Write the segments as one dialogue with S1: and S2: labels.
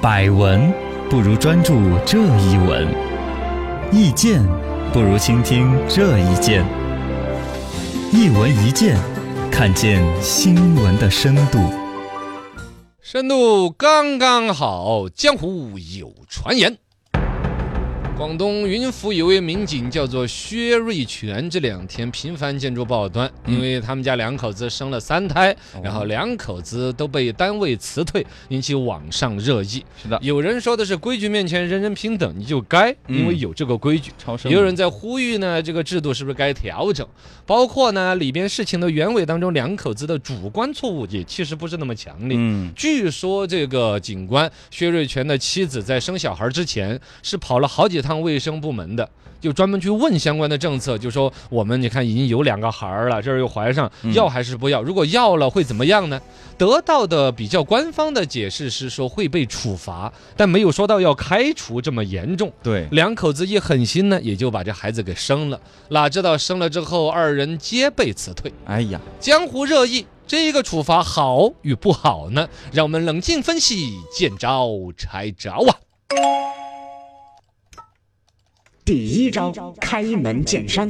S1: 百闻不如专注这一闻，意见不如倾听这一见。一闻一见，看见新闻的深度。
S2: 深度刚刚好，江湖有传言。广东云浮有位民警叫做薛瑞全，这两天频繁见诸报端，
S3: 嗯
S2: 因为他们家两口子生了三胎，
S3: 哦
S2: 然后两口子都被单位辞退，引起网上热议。
S3: 是的，嗯
S2: 有人说的是规矩面前人人平等，你就该，因为有这个规矩。
S3: 超生
S2: 也有人在呼吁呢，这个制度是不是该调整？包括呢，里边事情的原委当中，两口子的主观错误也其实不是那么强烈。
S3: 嗯，
S2: 据说这个警官薛瑞全的妻子在生小孩之前是跑了好几趟卫生部门的，就专门去问相关的政策，就说我们你看已经有两个孩儿了，这儿又怀上，
S3: 嗯
S2: 要还是不要？如果要了会怎么样呢？得到的比较官方的解释是说会被处罚，但没有说到要开除这么严重。
S3: 对，
S2: 两口子一狠心呢，也就把这孩子给生了。哪知道生了之后，二人皆被辞退。
S3: 哎呀，
S2: 江湖热议，这个处罚好与不好呢？让我们冷静分析，见招拆招啊！
S4: 第一招开门见山，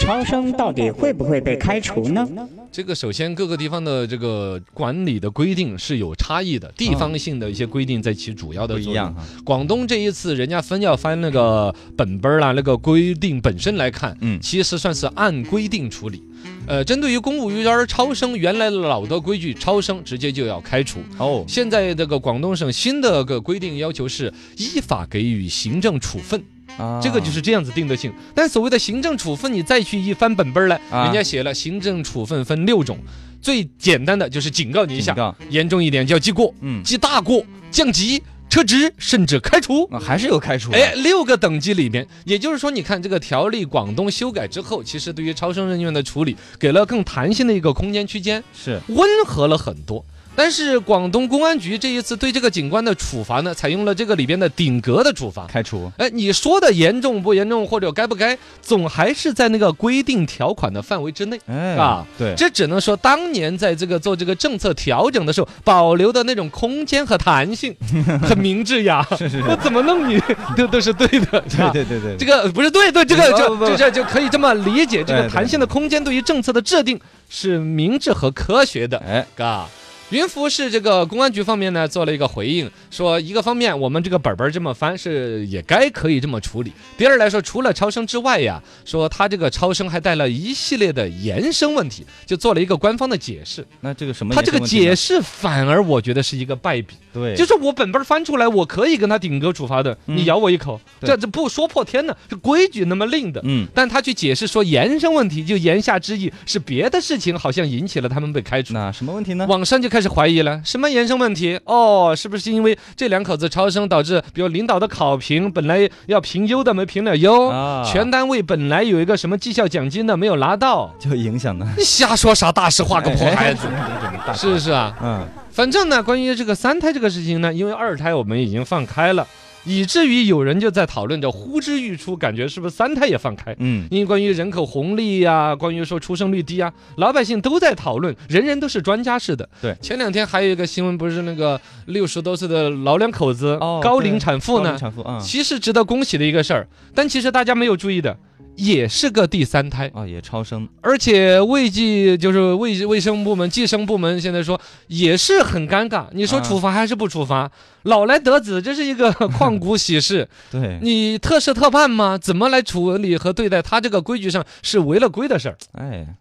S4: 超生到底会不会被开除呢？
S2: 这个首先各个地方的这个管理的规定是有差异的，地方性的一些规定在起主要的
S3: 不
S2: 作
S3: 一
S2: 用
S3: 样。哈，
S2: 广东这一次人家分要翻那个本本儿啦，那个规定本身来看，
S3: 嗯
S2: 其实算是按规定处理。呃，针对于公务员超生，原来老的规矩，超生直接就要开除。
S3: 哦，
S2: 现在这个广东省新的个规定要求是依法给予行政处分，
S3: 啊
S2: 这个就是这样子定的性。但所谓的行政处分，你再去一翻本本儿来，
S3: 啊
S2: 人家写了行政处分分六种，最简单的就是警告你一下
S3: 警，告，
S2: 严重一点叫记过、
S3: 嗯，
S2: 记大过、降级、撤职，甚至开除。
S3: 啊还是有开除，
S2: 哎，，六个等级里边，也就是说，你看这个条例广东修改之后，其实对于超生人员的处理给了更弹性的一个空间区间。
S3: 是，
S2: 温和了很多。但是广东公安局这一次对这个警官的处罚呢，采用了这个里边的顶格的处罚。
S3: 开除，
S2: 哎，你说的严重不严重，或者该不该，总还是在那个规定条款的范围之内。
S3: 哎
S2: 啊，
S3: 对，
S2: 这只能说当年在这个做这个政策调整的时候，保留的那种空间和弹 性，很明智呀。
S3: 是是是
S2: 我怎么弄你， 都都是对 的。是吧
S3: 对对对对，
S2: 这
S3: 个
S2: 个不是对对，这个
S3: 不
S2: 就
S3: 不不哎
S2: 就这就可以这么理解，这
S3: 对
S2: 个
S3: 对
S2: 弹性的空间对于政策的制定是明智和科学的。
S3: 哎，
S2: 嘎。云浮市这个公安局方面呢，做了一个回应，说一个方面，我们这个本本这么翻是也该可以这么处理；第二来说，除了超生之外呀，说他这个超生还带了一系列的延伸问题，就做了一个官方的解释。
S3: 那这个什么
S2: 他
S3: 严
S2: 这
S3: 重
S2: 个
S3: 问题呢，
S2: 解释反而我觉得是一个败笔，
S3: 对，
S2: 就是我本本翻出来，我可以跟他顶格处罚的，你
S3: 嗯
S2: 咬我一口，
S3: 对
S2: 这这不说破天呢，是规矩那么令的。
S3: 嗯，
S2: 但他去解释说延伸问题，就言下之意是别的事情好像引起了他们被开除。
S3: 那什么问题呢？
S2: 网上就开始怀疑了，什么延伸问题？哦，是不是因为这两口子超生导致，比如领导的考评本来要评优的没评了优，
S3: 啊
S2: 全单位本来有一个什么绩效奖金的没有拿到，
S3: 就影响呢，
S2: 你瞎说啥大实话，个破孩子！ 是不是啊？
S3: 嗯，
S2: 反正呢，关于这个三胎这个事情呢，因为二胎我们已经放开了，以至于有人就在讨论着，呼之欲出，感觉是不是三胎也放开？
S3: 嗯，
S2: 因为关于人口红利呀、关于说出生率低呀、老百姓都在讨论，人人都是专家似的。
S3: 对
S2: 前两天还有一个新闻，不是那个六十多岁的老两口子、
S3: 哦
S2: 高
S3: 对
S2: 龄产妇
S3: 高
S2: 呢
S3: 龄，产妇啊，
S2: 其实值得恭喜的一个事儿，但其实大家没有注意的。也是个第三胎，
S3: 哦，也超生，
S2: 而且卫计就是卫卫生部门、计生部门现在说也是很尴尬。你
S3: 啊
S2: 说处罚还是不处罚？老来得子，这是一 个 旷古喜事。
S3: 对，
S2: 你特事特办吗？怎么来处理和对待他这个规矩上是违了规的事儿？
S3: 哎，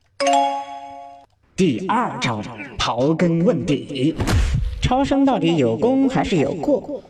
S4: 第二招刨根问底，超生到底有功还是有过？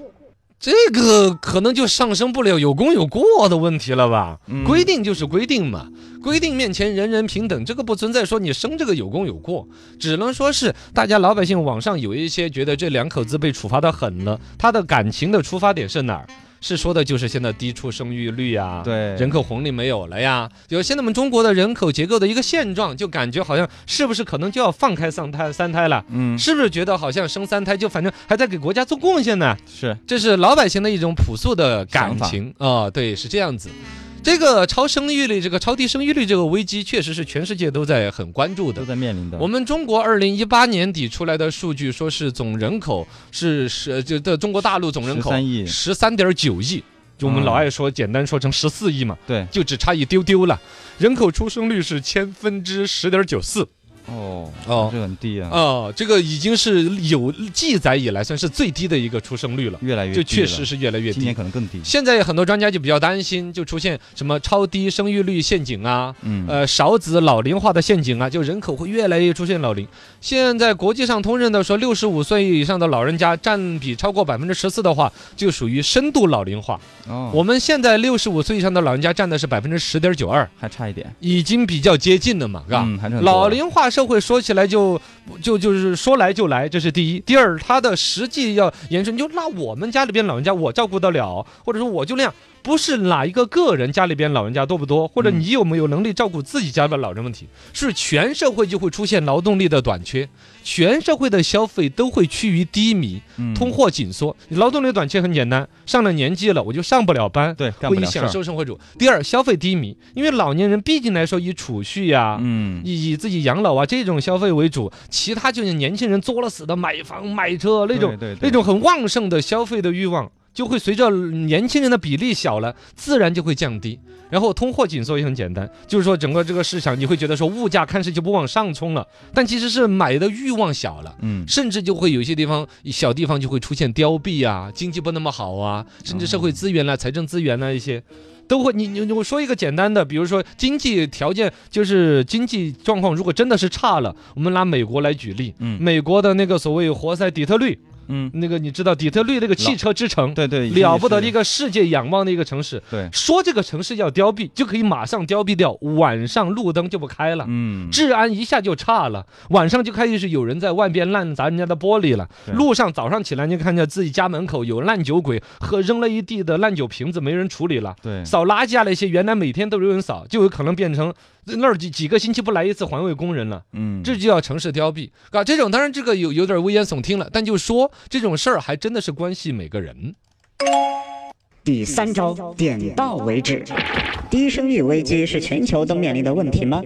S2: 这个可能就上升不了有功有过的问题了吧？
S3: 嗯
S2: 规定就是规定嘛，规定面前人人平等，这个不存在说你生这个有功有过，只能说是大家老百姓网上有一些觉得这两口子被处罚的狠了，
S3: 嗯
S2: 他的感情的出发点是哪儿？是说的就是现在低出生育率啊，
S3: 对
S2: 人口红利没有了呀。有现在我们中国的人口结构的一个现状，就感觉好像是不是可能就要放开三胎三胎了？
S3: 嗯，
S2: 是不是觉得好像生三胎就反正还在给国家做贡献呢？
S3: 是，
S2: 这是老百姓的一种朴素的感
S3: 想法
S2: 情啊、对，是这样子。这个超生育率、这个超低生育率这个危机，确实是全世界都在很关注的
S1: 都。在面临的。
S2: 我们中国二零一八年底出来的数据，说是总人口是十就的中国大陆总人口
S1: 13亿
S2: 十三点九亿，就我们
S1: 嗯
S2: 老爱说，简单说成十四亿嘛，
S1: 对
S2: 就只差一丢丢了。人口出生率是千分之十点九四
S1: 哦
S2: 哦
S1: 这很低啊，
S2: 哦，这个已经是有记载以来算是最低的一个出生率了，
S1: 越来越
S2: 就
S1: 低了
S2: 确实是越来越
S1: 今
S2: 低
S1: 年。可能更低。
S2: 现在很多专家就比较担心，就出现什么超低生育率陷阱啊，
S1: 嗯，
S2: 呃，少子老龄化的陷阱啊，就人口会越来越出现老龄。现在国际上通认的说，六十五岁以上的老人家占比超过百分之十四的话，就属于深度老龄化。
S1: 哦，
S2: 我们现在六十五岁以上的老人家占的是百分之十点九二，
S1: 还差一点，
S2: 已经比较接近了嘛，是吧？
S1: 嗯，还差很多
S2: 老龄化社会说起来就就就是说来就来，这是第一。第二，它的实际要延伸，就那我们家里边老人家我照顾得了，或者说我就那样，不是哪一个个人家里边老人家多不多，或者
S1: 嗯
S2: 你有没有能力照顾自己家的老人问题，是全社会就会出现劳动力的短缺，全社会的消费都会趋于低迷，
S1: 嗯
S2: 通货紧缩。劳动力短缺很简单，上了年纪了我就上不了班，
S1: 对干
S2: 不
S1: 不
S2: 以
S1: 了事
S2: 享
S1: 儿，
S2: 受生活主。第二，消费低迷，因为老年人毕竟来说以储蓄呀、
S1: 嗯，
S2: 以以自己养老啊这种消费为主，其他就是年轻人作了死的买房买车那种
S1: 对对对
S2: 那种很旺盛的消费的欲望，就会随着年轻人的比例小了，自然就会降低。然后通货紧缩也很简单，就是说整个这个市场你会觉得说物价看似就不往上冲了，但其实是买的欲望小了。
S1: 嗯，
S2: 甚至就会有一些地方小地方就会出现凋敝啊，经济不那么好啊，甚至社会资源啦、财政资源啊啦一些。都会，你你你我说一个简单的，比如说经济条件，就是经济状况，如果真的是差了，我们拿美国来举例，
S1: 嗯
S2: 美国的那个所谓活塞底特律，
S1: 嗯，
S2: 那个你知道底特律那个汽车之城，
S1: 对对，
S2: 了不得的一
S1: 个，
S2: 个世界仰望的一个城市，
S1: 对，
S2: 说这个城市要凋敝，就可以马上凋敝掉，晚上路灯就不开了，
S1: 嗯，
S2: 治安一下就差了，晚上就开始有人在外边滥砸人家的玻璃了。
S1: 对
S2: 路上早上起来就看见自己家门口有烂酒鬼喝扔了一地的烂酒瓶子，没人处理了。
S1: 对，
S2: 扫垃圾啊那些，原来每天都有人扫，就有可能变成那儿几几个星期不来一次环卫工人了。
S1: 嗯，
S2: 这就叫城市凋敝啊！这种当然这个有有点危言耸听了，但就说这种事儿还真的是关系每个人。
S4: 第三招，点到为止。低生育危机是全球都面临的问题吗？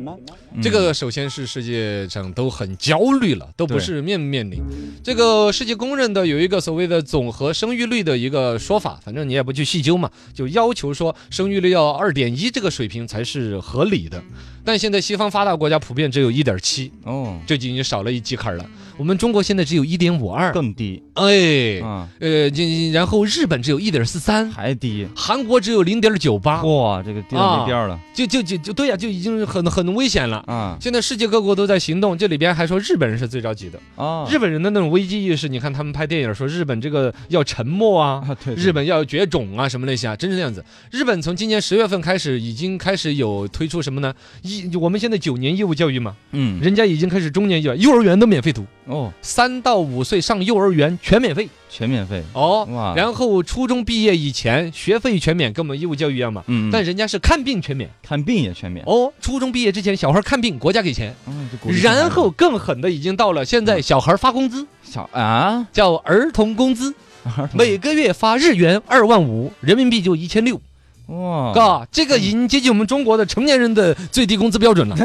S2: 这个首先是世界上都很焦虑了，都不
S1: 对
S2: 是面面临。这个世界公认的有一个所谓的总和生育率的一个说法，反正你也不去细究嘛，就要求说生育率要二点一这个水平才是合理的。但现在西方发达国家普遍只有一点七，
S1: 哦
S2: 这就已经少了一级坎儿了。我们中国现在只有一点五二，
S1: 更低
S2: 嗯哎，
S1: 啊，
S2: 呃，这然后日本只有一点四三，
S1: 还低，
S2: 韩国只有零点九八，
S1: 哇，这个低到
S2: 啊
S1: 没边儿了
S2: 就就就就对呀、就已经很很危险了。
S1: 啊
S2: 现在世界各国都在行动，这里边还说日本人是最着急的。
S1: 啊，
S2: 日本人的那种危机意识，你看他们拍电影说日本这个要沉默啊，
S1: 啊对，对
S2: 日本要绝种啊，什么那些啊，真是这样子。日本从今年十月份开始，已经开始有推出什么呢？义我们现在九年义务教育嘛，
S1: 嗯
S2: 人家已经开始中年义务，幼儿园都免费读，
S1: 哦，
S2: 三到五岁上幼儿园全免费
S1: 全免费，
S2: 哦。
S1: 哇，后
S2: 然后初中毕业以前学费全免，跟我们义务教育一样嘛。
S1: 嗯，
S2: 但
S1: 是
S2: 人家是看病全免
S1: 看病也全免，
S2: 哦，初中毕业之前小孩看病国家给钱，
S1: 嗯就鼓励生孩
S2: 然
S1: 子
S2: 后更狠的已经到了现在
S1: 嗯
S2: 小孩发工资，
S1: 小啊，
S2: 叫儿童工资，
S1: 儿童
S2: 每个月发日元二万五，人民币就一千六，
S1: 哇，
S2: 嘎，这个已经接近我们中国的成年人的最低工资标准 了，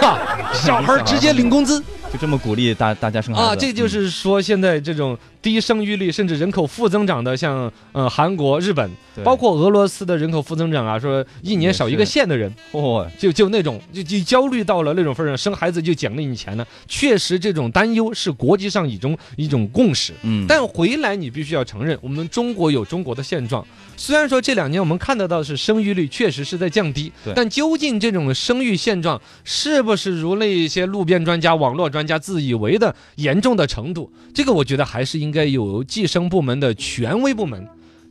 S2: 嘎，小孩儿直接领工资
S1: 就这么鼓励大大家生孩子
S2: 啊，这就
S1: 嗯
S2: 是说现在这种低生育率甚至人口负增长的，像呃韩国、日本，
S1: 对
S2: 包括俄罗斯的人口负增长啊，说一年少一个
S1: 也是
S2: 县的人，
S1: 哇，
S2: 就就那种就就焦虑到了那种份儿上，生孩子就奖励你钱了，确实这种担忧是国际上一种一种共识。
S1: 嗯，
S2: 但回来你必须要承认，我们中国有中国的现状。虽然说这两年我们看得到是生育率确实是在降低
S1: 对，
S2: 但究竟这种生育现状是不是如那一些路边专家、网络专家自以为的严重的程度，这个我觉得还是应该由计生部门的权威部门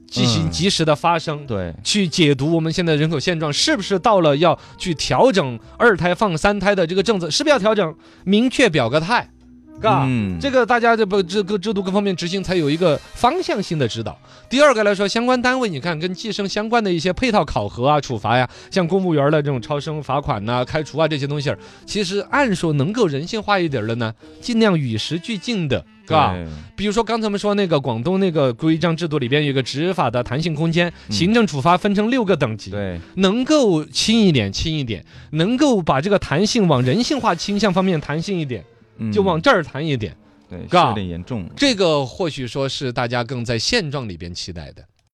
S2: 进行
S1: 嗯
S2: 及时的发声。
S1: 对，
S2: 去解读我们现在人口现状是不是到了要去调整二胎放三胎的这个政策，是不是要调整？明确表个态，嘎。
S1: 嗯
S2: 这个大家这不这个制度各方面执行才有一个方向性的指导。第二个来说，相关单位你看跟计生相关的一些配套考核啊、处罚呀，像公务员的这种超生罚款呐、开除啊这些东西儿，其实按说能够人性化一点儿的呢，尽量与时俱进的吧？
S3: 对
S2: 比如说刚才我们说那个广东那个规章制度里边有一个执法的弹性空间，
S3: 嗯
S2: 行政处罚分成六个等级，
S3: 对，
S2: 能够轻一点轻一点，能够把这个弹性往人性化倾向方面弹性一点，
S3: 嗯
S2: 就往这儿弹一点。
S3: 对，
S2: 嘎
S3: 有点严重，
S2: 这个或许说是大家更在现状里边期待的，